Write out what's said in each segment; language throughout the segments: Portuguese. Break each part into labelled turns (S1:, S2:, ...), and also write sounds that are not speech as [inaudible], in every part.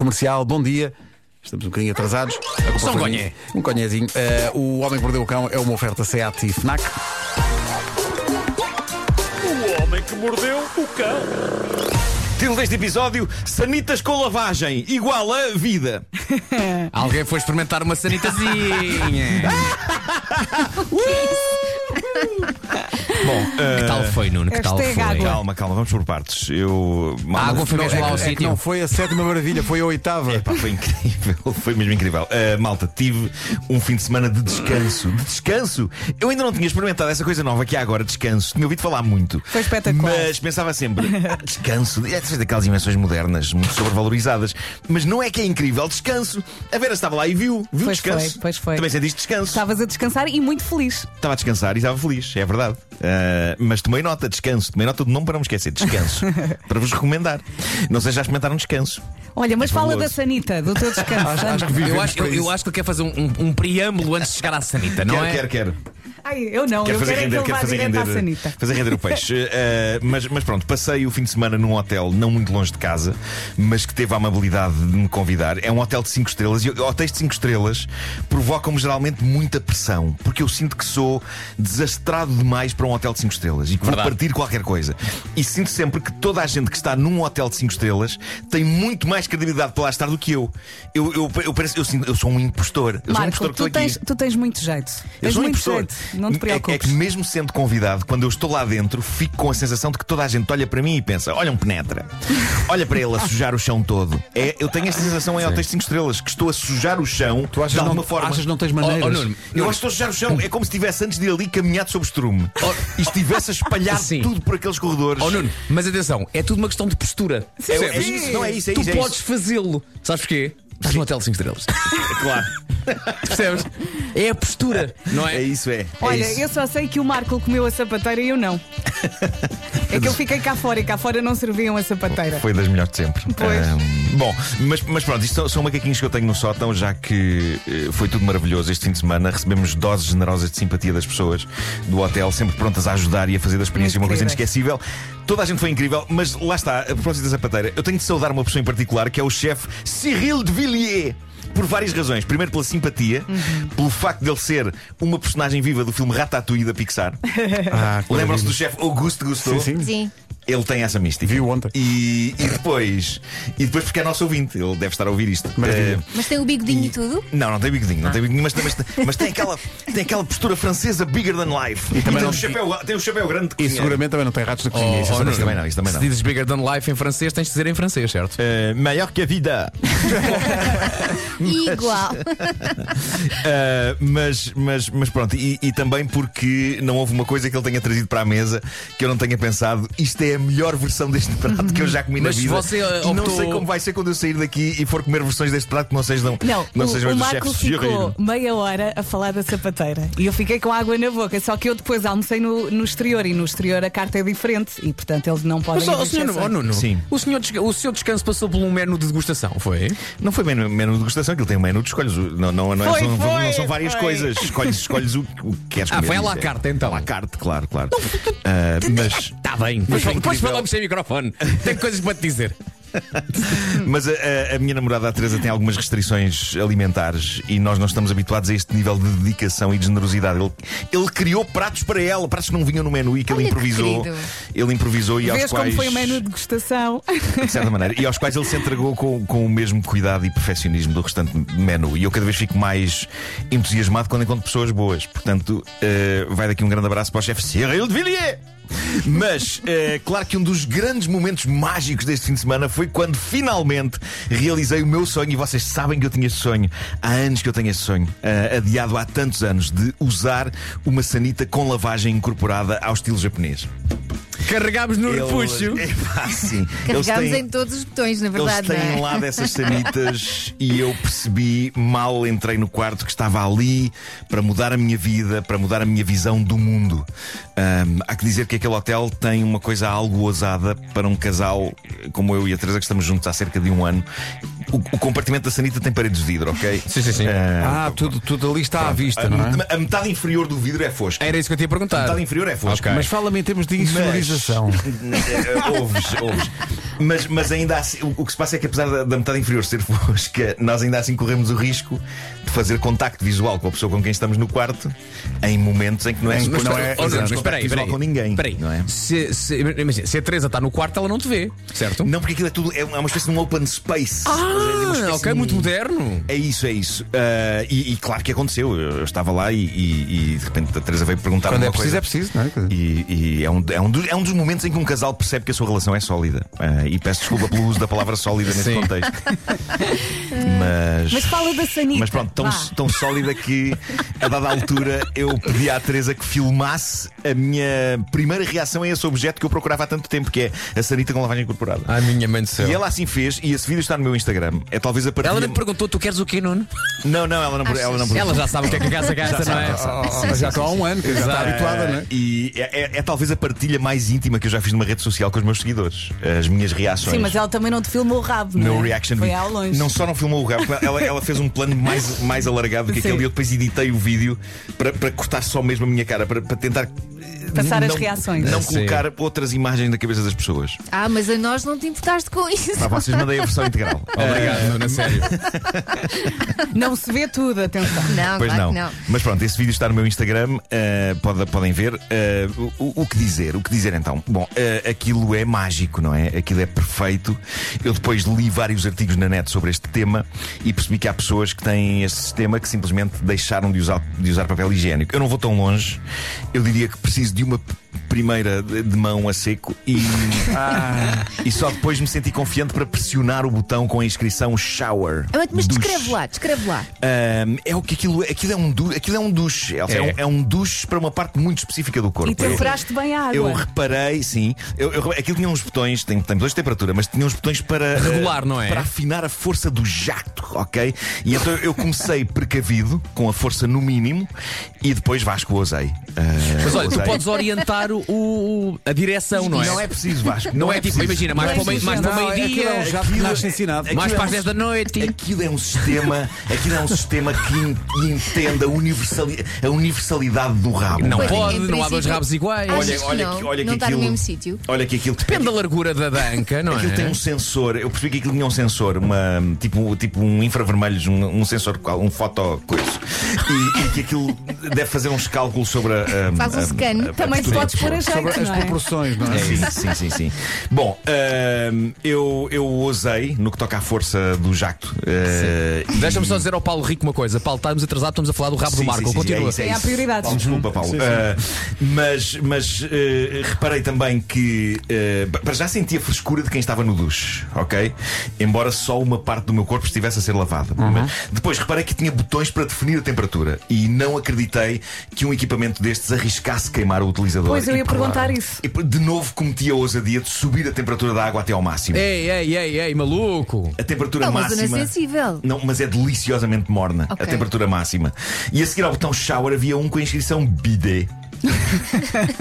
S1: Comercial, bom dia. Estamos um bocadinho atrasados. A culpa
S2: Só um
S1: foi
S2: gonhé.
S1: minha. Um conhezinho. o Homem que Mordeu o Cão é uma oferta SEAT e FNAC.
S3: O homem que mordeu o cão.
S4: Título deste episódio: Sanitas com lavagem, igual a vida.
S2: Alguém foi experimentar uma sanitazinha. Bom, eh, que tal foi, Nuno? Que tal
S5: Hashtag
S2: foi?
S5: água.
S4: Calma, calma, vamos por partes. Eu.
S2: A
S5: Ah,
S4: mal-
S2: água foi mesmo lá ao
S1: É que não
S2: sítio.
S1: foi a sétima maravilha, foi a oitava.
S4: Epá, foi incrível, [laughs] foi mesmo incrível. Ah, malta, tive um fim de semana de descanso. De descanso? Eu ainda não tinha experimentado essa coisa nova que há agora, descanso. Tinha ouvido falar muito.
S5: Foi espetacular.
S4: Mas pensava
S5: [laughs]
S4: sempre, "Ah, descanso. É de daquelas invenções modernas, muito sobrevalorizadas. Mas não é que é incrível, descanso. A Vera estava lá e viu, viu
S5: Pois
S4: descanso.
S5: foi, pois foi.
S4: Também sentiste descanso.
S5: Estavas a descansar e muito feliz.
S4: Estava a descansar e estava feliz, é verdade. Ah, mas tomei nota, descanso. Tomei nota de não para não me esquecer,
S5: [laughs]
S4: descanso. para vos recomendar. Não sei se já experimentaram descanso.
S5: Olha, mas fala da
S4: fabuloso.
S5: Sanita,
S4: [laughs]
S5: do teu descanso. Anda.
S2: Eu acho, eu, eu acho que ele quer fazer um, um- um preâmbulo antes de chegar à sanita, não
S4: quero,
S2: é?
S4: quero, quero.
S5: Ai, eu não,
S4: Quero fazer
S5: eu quero é que
S4: render,
S5: ele
S4: quero
S5: vá
S4: fazer
S5: direto à
S4: render,
S5: Sanita.
S4: fazer render o
S5: [laughs]
S4: peixe. Eh, mas, mas pronto, passei o fim de semana num hotel não muito longe de casa, mas que teve a amabilidade de me convidar. É um hotel de 5 estrelas e hotéis de 5 estrelas provocam-me geralmente muita pressão, porque eu sinto que sou desastrado demais para um hotel de 5 estrelas e que vou
S2: Verdade.
S4: partir qualquer coisa. E sinto sempre que toda a gente que está num hotel de 5 estrelas tem muito mais credibilidade para lá estar do que eu. Eu, eu, eu, pareço- eu sinto- eu sou um impostor. Eu sou um impostor
S5: Marco,
S4: que estou
S5: tu
S4: aqui.
S5: tens, tu tens muito jeito.
S4: Eu
S5: tens
S4: sou um
S5: muito
S4: impostor.
S5: jeito. Não te
S4: É- é que
S5: preocupes.
S4: mesmo sendo convidado, quando eu estou lá dentro, fico com a sensação de que toda a gente olha para mim e pensa: olha um penetra, olha para ele a sujar o chão todo. É, eu tenho esta sensação em hotéis de 5 estrelas, que estou a sujar o chão
S1: Tu achas,
S4: de
S1: não,
S4: alguma forma.
S1: achas que não tens
S2: Oh,
S1: maneiras?
S2: oh, Nuno,
S4: Eu acho que estou a sujar o chão, é como se estivesse antes de ir ali caminhado sobre o estrume
S1: Oh.
S4: e estivesse a espalhar
S2: Sim.
S4: tudo por aqueles corredores.
S2: Oh, Nuno, mas atenção, é tudo uma questão de postura.
S4: é, é
S2: Percebes?
S4: isso, não é isso, é
S2: tu
S4: isso. é
S2: podes
S4: isso.
S2: fazê-lo. Sabes porquê? Estás num hotel de 5 estrelas.
S4: claro.
S2: Percebes? É a postura, não
S4: É
S2: é?
S4: isso, é. É
S5: Olha,
S4: isso.
S5: eu só sei que o Marco comeu a sapateira e
S4: [laughs]
S5: eu não. é que eu fiquei cá fora e cá fora não serviam a sapateira.
S4: Foi das melhores de sempre.
S5: Pois.
S4: Ahm, bom, mas, mas pronto, isto são, são macaquinhos que eu tenho no sótão, já que eh, foi tudo maravilhoso este fim de semana. Recebemos doses generosas de simpatia das pessoas do hotel, sempre prontas a ajudar e a fazer da experiência
S5: Muito
S4: uma coisa
S5: queridas.
S4: inesquecível. Toda a gente foi incrível, mas lá está, a propósito da sapateira, eu tenho de saudar uma pessoa em particular que é o chefe Cyril de Villiers. Por várias razões. Primeiro, pela simpatia,
S1: Uhum.
S4: pelo facto de ele ser uma personagem viva do filme Ratatouille da Pixar.
S1: [laughs] Ah, que
S4: Lembram-se do
S1: maravilha.
S4: chefe Auguste Gusteau?
S1: Sim, sim.
S6: Sim.
S4: Ele tem essa mística.
S1: Viu ontem.
S4: E, e depois. E depois porque é nosso ouvinte. Ele deve estar a ouvir isto.
S1: Maravilha.
S4: Eh,
S6: Mas tem o bigodinho e
S4: [laughs]
S6: tudo?
S4: Não, não tem bigodinho,
S5: Ah.
S4: não tem bigodinho, mas, mas, mas tem, aquela, tem aquela postura francesa bigger than life. E,
S1: também
S4: tem,
S1: não-
S4: um chapéu, tem um chapéu grande de
S1: E
S4: cozinheiro.
S1: seguramente também não tem ratos da cozinha. isso
S2: Oh,
S1: é só
S2: oh, Nuno,
S4: Isso também não, isso também
S2: Se
S4: não.
S2: dizes bigger than life em francês, tens de dizer em francês, certo?
S4: Eh, maior que a vida.
S6: Igual.
S4: Uh, mas, mas, mas pronto, e, e também porque não houve uma coisa que ele tenha trazido para a mesa que eu não tenha pensado, isto é a melhor versão deste prato que eu já comi
S2: Mas
S4: na vida.
S2: você, uh,
S4: e não
S2: optou-
S4: sei como vai ser quando eu sair daqui e for comer versões deste prato que não sejam,
S5: Não, o,
S4: sejam
S5: o
S4: as do
S5: Marco
S4: chefe Ferreiro.
S5: ficou meia hora a falar da sapateira e eu fiquei com água na boca. Só que eu depois almocei no, no exterior e no exterior a carta é diferente e portanto eles não podem.
S2: Mas, ó,
S5: haver
S2: o senhor,
S5: exceções.
S2: ó, Nuno,
S4: Sim.
S2: O, senhor, desca- o seu descanso passou por um menu de degustação, foi?
S4: Não foi menu, menu de degustação, aquilo tem um menu de escolhas. Não, não, não, é-
S5: Foi,
S4: são,
S5: foi,
S4: não são várias
S5: foi.
S4: coisas. Escolhes, escolhes o, o que queres
S2: Ah,
S4: comer.
S2: foi à
S4: isso
S2: la
S4: é.
S2: carte, então.
S4: À la carte, claro, claro. Ah, mas.
S2: Está bem. Depois,
S4: foi
S2: depois
S4: incrível.
S2: falamos sem microfone. Tenho coisas para te dizer. [laughs]
S4: Mas a, a- a minha namorada, a Teresa, tem algumas restrições alimentares e nós não estamos habituados a este nível de dedicação e de generosidade. Ele, ele criou pratos para ela, pratos que não vinham no menu e que ele
S6: Olha que
S4: improvisou.
S6: querido.
S4: ele improvisou e
S5: Vês
S4: aos quais.
S5: como foi o menu de degustação? [laughs]
S4: De certa maneira. E aos quais ele se entregou com, com o mesmo cuidado e perfeccionismo do restante menu. E eu cada vez fico mais entusiasmado quando encontro pessoas boas. Portanto, eh, vai daqui um grande abraço para o chefe Cyril de Villiers. Mas, eh, claro que um dos grandes momentos mágicos deste fim de semana foi quando finalmente realizei o meu sonho. E vocês sabem que eu tinha este sonho. Há anos que eu tenho este sonho, eh, adiado há tantos anos, de usar uma sanita com lavagem incorporada ao estilo japonês.
S2: Carregámos no refúgio.
S4: Eles- [laughs] Epá, sim. Eles
S6: Carregámos
S4: têm-
S6: em todos os botões, na
S4: eles
S6: verdade, não
S4: têm
S6: é?
S4: lá dessas sanitas e eu percebi, mal entrei no quarto, que estava ali para mudar a minha vida, para mudar a minha visão do mundo. Ahm, há que dizer que aquele hotel tem uma coisa algo ousada para um casal como eu e a Teresa, que estamos juntos há cerca de um ano. O, o compartimento da sanita tem paredes de vidro, ok?
S2: Sim, sim, Ah, sim.
S1: Ah, tudo, tudo ali está à vista, não é?
S4: A, a metade inferior do vidro é fosca.
S2: Era isso que eu tinha a
S4: A
S2: perguntar.
S4: metade inferior é fosca.
S2: Ok.
S1: Mas fala-me em termos de
S4: Mas- [laughs]
S1: Acusação.
S4: Eh, Ouves, ouves. Mas, mas ainda assim, o- o que se passa é que apesar da, da metade inferior ser [laughs] fosca, nós ainda assim corremos o risco de fazer contacto visual com a pessoa com quem estamos no quarto em momentos em que não é suposto
S1: não é-
S4: fazermos
S2: Oh, Nuno, mas
S4: contacto
S2: espera aí,
S4: visual
S2: espera aí.
S4: com ninguém.
S2: Espera aí.
S4: Não, é?
S2: Se, se- imagina, se a Teresa está no quarto, ela não te vê, certo?
S4: não, porque aquilo é tudo, é uma espécie de um open space. Ou seja, é
S2: Ah,
S4: uma espécie
S2: ok,
S4: de
S2: muito
S4: um-
S2: moderno.
S4: É isso, é isso. Ah, e, e claro que aconteceu. Eu, eu estava lá e, e- e, de repente a Teresa veio perguntar
S1: Quando
S4: uma
S1: é preciso,
S4: coisa.
S1: é preciso, não é? Quer dizer,
S4: E, e é, um, é, um dos, é um dos momentos em que um casal percebe que a sua relação é sólida. Ah, e peço desculpa pelo uso da palavra sólida nesse
S2: Sim.
S5: [laughs]
S4: contexto. Mas.
S5: Mas fala da Sanita.
S4: mas pronto, tão,
S5: vá.
S4: tão sólida que a dada altura eu pedi à Teresa que filmasse a minha primeira reação a esse objeto que eu procurava há tanto tempo, que é a sanita com lavagem incorporada.
S1: Ah,
S2: Ai, minha mãe do céu.
S4: E ela assim fez, e esse vídeo está no meu Instagram. É talvez a partir.
S2: Ela nem te perguntou, tu queres o quê, Nuno?
S4: Não, não, ela não, ela
S2: [laughs]
S4: não
S2: Ela já sabe o que é que a casa gasta, não é?
S1: oh, já estou há um ano, que já está
S2: Exato.
S1: habituada, não é?
S4: Ah, E é, é- é talvez a partilha mais íntima que eu já fiz numa rede social com os meus seguidores. As minhas reações.
S5: Sim, mas ela também não te filmou o rabo, não
S4: No
S5: é?
S4: reaction
S5: Foi
S4: video.
S5: ao longe. [laughs]
S4: Não só não filmou o rabo, como ela, ela fez um plano mais, mais alargado do que
S5: Sim.
S4: aquele e eu depois editei o vídeo para, para cortar só mesmo a minha cara, para, para tentar.
S5: Passar
S4: não,
S5: as reações.
S4: Não
S2: Sim.
S4: colocar outras imagens na cabeça das pessoas.
S6: Ah, mas a nós não te importaste com isso.
S4: Pá, vocês mandei a versão integral.
S2: Obrigado, Nuno, a sério.
S5: Não se vê tudo, atenção.
S6: [laughs] Não,
S4: Pois não.
S6: claro que não.
S4: Mas pronto, esse vídeo está no meu Instagram, eh, pode- podem ver. Eh, o, o que dizer? O que dizer então? Bom, eh, aquilo é mágico, não é? Aquilo é perfeito. Eu depois li vários artigos na net sobre este tema e percebi que há pessoas que têm este sistema que simplesmente deixaram de usar, de usar papel higiênico. Eu não vou tão longe, eu diria que preciso de uma p- primeira de de mão a seco e, e só depois me senti confiante para pressionar o botão com a inscrição shower.
S6: Ah, Mas
S4: Duche.
S6: descreve lá, descreve lá.
S4: Ahm, é o que aquilo, aquilo é um du, aquilo é um duche, Elsa. é. um-
S2: É.
S4: é um duche para uma parte muito específica do corpo.
S5: E
S4: Eu-
S5: temperaste bem a água.
S4: eu reparei, sim. Eu, eu- aquilo tinha uns botões, tem, tem botões de temperatura, mas tinha uns botões para.
S2: Regular,
S4: eh,
S2: não é?
S4: Para afinar a força do jato, ok? E então eu comecei [laughs] precavido, com a força no mínimo, e depois Vasco ousei. Ah,
S2: Mas olha, tu
S4: ousei.
S2: podes orientar o, o- a direção, não é?
S4: Não é preciso, Vasco. Não,
S2: Não é
S4: é,
S2: tipo,
S4: preciso.
S2: imagina,
S4: Não
S2: mais
S4: é
S2: para o meio-
S4: preciso.
S2: mais para o
S1: Não,
S2: meio-dia.
S1: aquilo é um jato que
S4: Aquilo-
S1: nasce ensinado.
S4: aquilo
S2: Mais
S4: é
S2: para
S4: um-
S2: as 10 da noite.
S4: Aquilo é um sistema, aquilo é um sistema que in- entende a, universali- a universalidade do rabo.
S2: Não
S6: Pois,
S2: pode,
S6: em
S2: não há
S6: princípio,
S2: dois rabos iguais.
S6: acho-
S4: é. Olha,
S6: que
S4: olha,
S6: não.
S4: que, olha
S6: Não
S4: que
S6: está no
S4: aquilo,
S6: mesmo sítio.
S4: Olha que aquilo
S2: Depende da largura da danca, não é?
S4: Aquilo tem um sensor, eu percebi que aquilo tinha um sensor, uma, tipo, tipo um infravermelho, um, um sensor, qual- um foto coisa. E, e que aquilo deve fazer uns cálculos sobre a. a-
S6: Faz um
S4: a-
S6: scan.
S4: a- a
S5: Também te
S4: postura da
S5: podes pôr a
S4: pessoa.
S1: Sobre
S5: jeito,
S1: as
S5: não é?
S1: proporções, não
S4: É,
S1: é?
S4: sim, sim, sim, sim. Bom, ahm, eu, eu ousei no que toca à força do jacto. eh, e-
S2: Deixa-me só dizer ao Paulo Rico uma coisa. Paulo, estamos atrasados, estamos a falar do rabo
S4: Sim,
S2: do Marco.
S4: sim, sim,
S2: Continua.
S4: É, isso, é
S5: É, há
S4: isso.
S5: prioridades.
S4: Paulo, desculpa, Paulo. Ah, mas mas eh, reparei também que ah, para já senti a frescura de quem estava no duche, ok? Embora só uma parte do meu corpo estivesse a ser lavada.
S5: Uhum.
S4: Mas depois reparei que tinha botões para definir a temperatura e não acreditei que um equipamento destes arriscasse queimar o utilizador.
S5: Pois, eu
S4: E
S5: ia
S4: por-
S5: perguntar isso.
S4: e por- de novo cometi a ousadia de subir a temperatura da água até ao máximo.
S2: Ei, ei, ei, ei, maluco.
S4: A temperatura
S6: É uma
S4: máxima.
S6: zona sensível.
S4: Não, mas é deliciosamente morna
S6: Ok.
S4: a temperatura máxima. E a seguir ao botão shower havia um com a inscrição
S6: [laughs]
S4: bidê.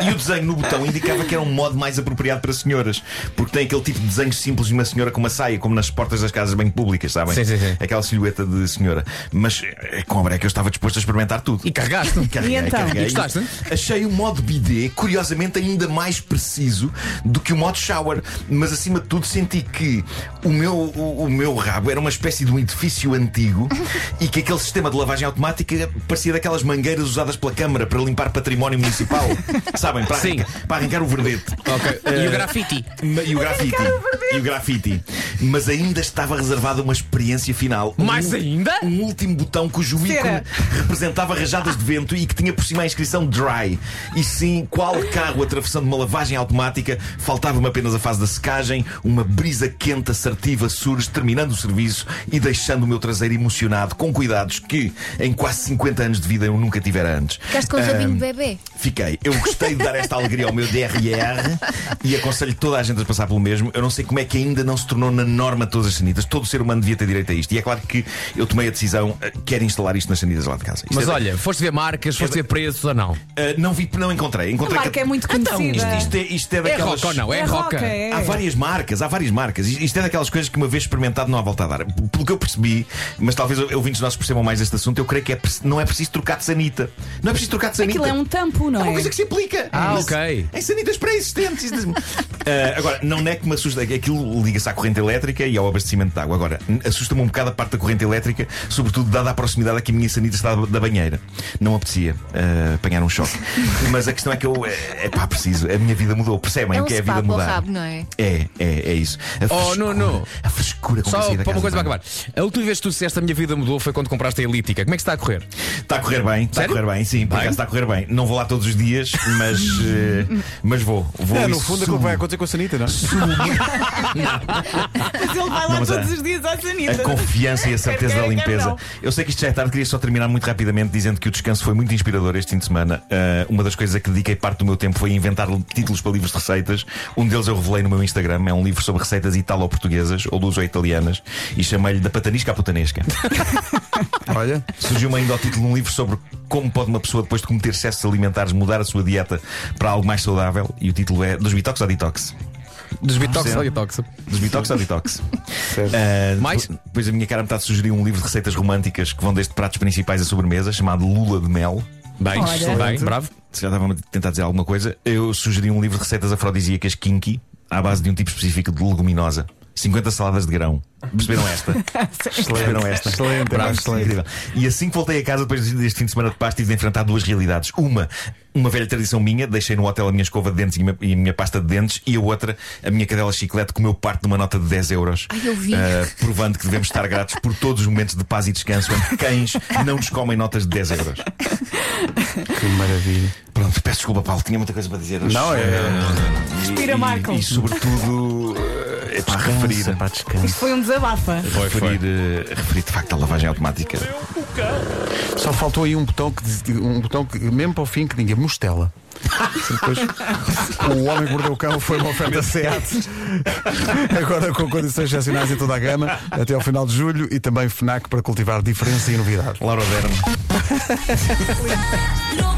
S4: e o desenho no botão indicava que era um modo mais apropriado para senhoras, porque tem aquele tipo de desenho simples de uma senhora com uma saia, como nas portas das casas bem públicas, sabem?
S2: Sim, sim, sim.
S4: Aquela silhueta de senhora. Mas eh, com a breca eu estava disposto a experimentar tudo.
S2: E carregaste.
S4: [laughs] Carreguei,
S5: E então?
S4: carreguei.
S2: E gostaste?
S4: Achei o modo bidê, curiosamente, ainda mais preciso do que o modo shower. Mas acima de tudo senti que o meu, o, o meu rabo era uma espécie de um edifício
S5: [laughs]
S4: antigo e que aquele sistema de lavagem automática parecia daquelas mangueiras usadas pela Câmara para limpar património
S5: [laughs]
S4: municipal. Sabem? Para,
S2: Sim.
S4: arranca- para arrancar o verdete.
S2: Ok.
S4: É.
S2: E o grafite?
S4: Ma- E o grafite. E o grafite. Mas ainda estava reservada uma experiência final.
S2: Mais
S4: Um-
S2: ainda?
S4: Um último botão cujo ícone
S5: Cera.
S4: representava rajadas de vento e que tinha por cima a inscrição dry. E sim, qual carro atravessando uma lavagem automática, faltava-me apenas a fase da secagem, uma brisa quente assertiva surge, terminando o serviço e deixando o meu traseiro emocionado, com cuidados que, em quase 50 anos de vida, eu nunca tivera antes. Ah,
S6: Ficaste com o rabinho de bebê.
S4: Fiquei. Eu gostei de dar esta alegria ao meu DRR e aconselho toda a gente a passar pelo mesmo. Eu não sei como é como é que ainda não se tornou na norma de todas as sanitas. Todo ser humano devia ter direito a isto. E é claro que eu tomei a decisão, eh, quero instalar isto nas sanitas lá de casa. Isto
S2: Mas
S4: é-
S2: olha, foste ver marcas, foste ver preços ou não?
S4: Eh, não vi, não encontrei.
S5: A
S4: encontrei
S5: marca é muito conhecida.
S4: Isto, isto é, isto é
S2: É
S4: daquelas.
S2: roca ou não? É,
S5: É
S2: roca.
S5: roca, é.
S4: Há várias marcas, há várias marcas. Isto isto é daquelas coisas que uma vez experimentado não há volta a dar. Pelo que eu percebi, mas talvez ouvintes nossos percebam mais este assunto, eu creio que é pre- não é preciso trocar de sanita. Não é preciso trocar de sanita.
S5: Aquilo é um tampo, não
S4: É
S5: é?
S4: uma coisa que se aplica.
S2: Ah,
S6: É
S4: Em-
S2: ok.
S4: Em sanitas pré-existentes. [laughs] Ah, agora, não é que me assusta. é que Aquilo liga-se à corrente elétrica e ao abastecimento de água. Agora, n- assusta-me um bocado a parte da corrente elétrica, sobretudo dada a proximidade a que a minha sanita está da banheira. Não apetecia ah, apanhar um
S6: [laughs]
S4: choque. Mas a questão é que eu. É, pá, preciso. A minha vida mudou. Percebem
S6: É
S4: o
S6: um
S4: que é a
S6: spa
S4: vida
S6: para o
S4: mudar?
S6: rabo, não é?
S4: É, é, é isso. A
S2: Oh,
S4: frescura-
S2: Nuno.
S4: A frescura com que eu
S2: Só
S4: saí da
S2: para uma
S4: casa
S2: coisa para
S4: de banho.
S2: acabar. A última vez que tu disseste a minha vida mudou foi quando compraste a elíptica. Como é que está a correr?
S4: Está a correr bem, está a
S2: Sério?
S4: correr bem, sim, por acaso está a correr bem. Não vou lá todos os dias, mas,
S2: [laughs]
S4: eh, mas vou. vou
S1: É,
S4: e
S1: no fundo, aquilo
S4: subo.
S1: que vai acontecer com a Sanita, não é?
S5: Mas ele vai lá
S4: Não, mas
S5: todos
S4: é-
S5: os dias à sanita.
S4: A confiança e a certeza
S5: Quer
S4: da
S5: queira, quer
S4: limpeza.
S5: não.
S4: Eu sei que isto já é tarde, queria só terminar muito rapidamente dizendo que o descanso foi muito inspirador este fim de semana. Ah, uma das coisas a que dediquei parte do meu tempo foi inventar títulos para livros de receitas. Um deles eu revelei no meu Instagram, é um livro sobre receitas italo-portuguesas ou luso-italianas e chamei-lhe da patanisca à putanesca.
S1: Olha,
S4: Surgiu-me ainda o título de um livro sobre como pode uma pessoa, depois de cometer excessos alimentares, mudar a sua dieta para algo mais saudável. E o título é Dos Bitox ao Detox.
S2: Dos bitox
S4: Sim.
S2: ou detox?
S4: Dos Bitox ao Detox.
S1: Certo.
S4: Ah,
S2: Mais?
S4: depois- Depois a minha cara metade sugeriu um livro de receitas românticas que vão desde pratos principais a sobremesa, chamado Lula de Mel.
S2: Bem,
S5: Olha.
S2: bem, bravo.
S4: Se já estava a tentar dizer alguma coisa, eu sugeri um livro de receitas afrodisíacas kinky, à base de um tipo específico de leguminosa. 50 saladas de grão. Perceberam esta? Perceberam esta?
S1: Excelente,
S4: Bravo,
S1: Bravo, excelente.
S4: incrível. E assim que voltei a casa depois deste fim de semana de paz, tive de enfrentar duas realidades. Uma, uma velha tradição minha, deixei no hotel a minha escova de dentes e a minha- e a minha pasta de dentes, e a outra, a minha cadela chiclete comeu parte de uma nota de 10 euros.
S6: Ai, eu vi.
S4: Ah, provando que devemos estar gratos por todos os momentos de paz e descanso em que cães não nos comem notas de 10 euros.
S1: que maravilha.
S4: Pronto, peço desculpa, Paulo, tinha muita coisa para dizer.
S1: Não, é-
S4: E-
S5: Respira,
S4: e-
S5: Marco.
S4: E, sobretudo, eh, é para referir.
S1: Para descanso.
S5: Isto foi um desabafa.
S4: Referir, eh, referir de facto a lavagem automática.
S3: Mordeu o cão.
S1: Só faltou aí um botão que diz- um botão que, mesmo para o fim, que diga mostela. Assim, Depois, o homem que mordeu o cão foi uma oferta SEAT. Agora com condições excepcionais em toda a gama, até ao final de julho e também FNAC para cultivar diferença e novidade.
S4: Laura Verne.
S7: No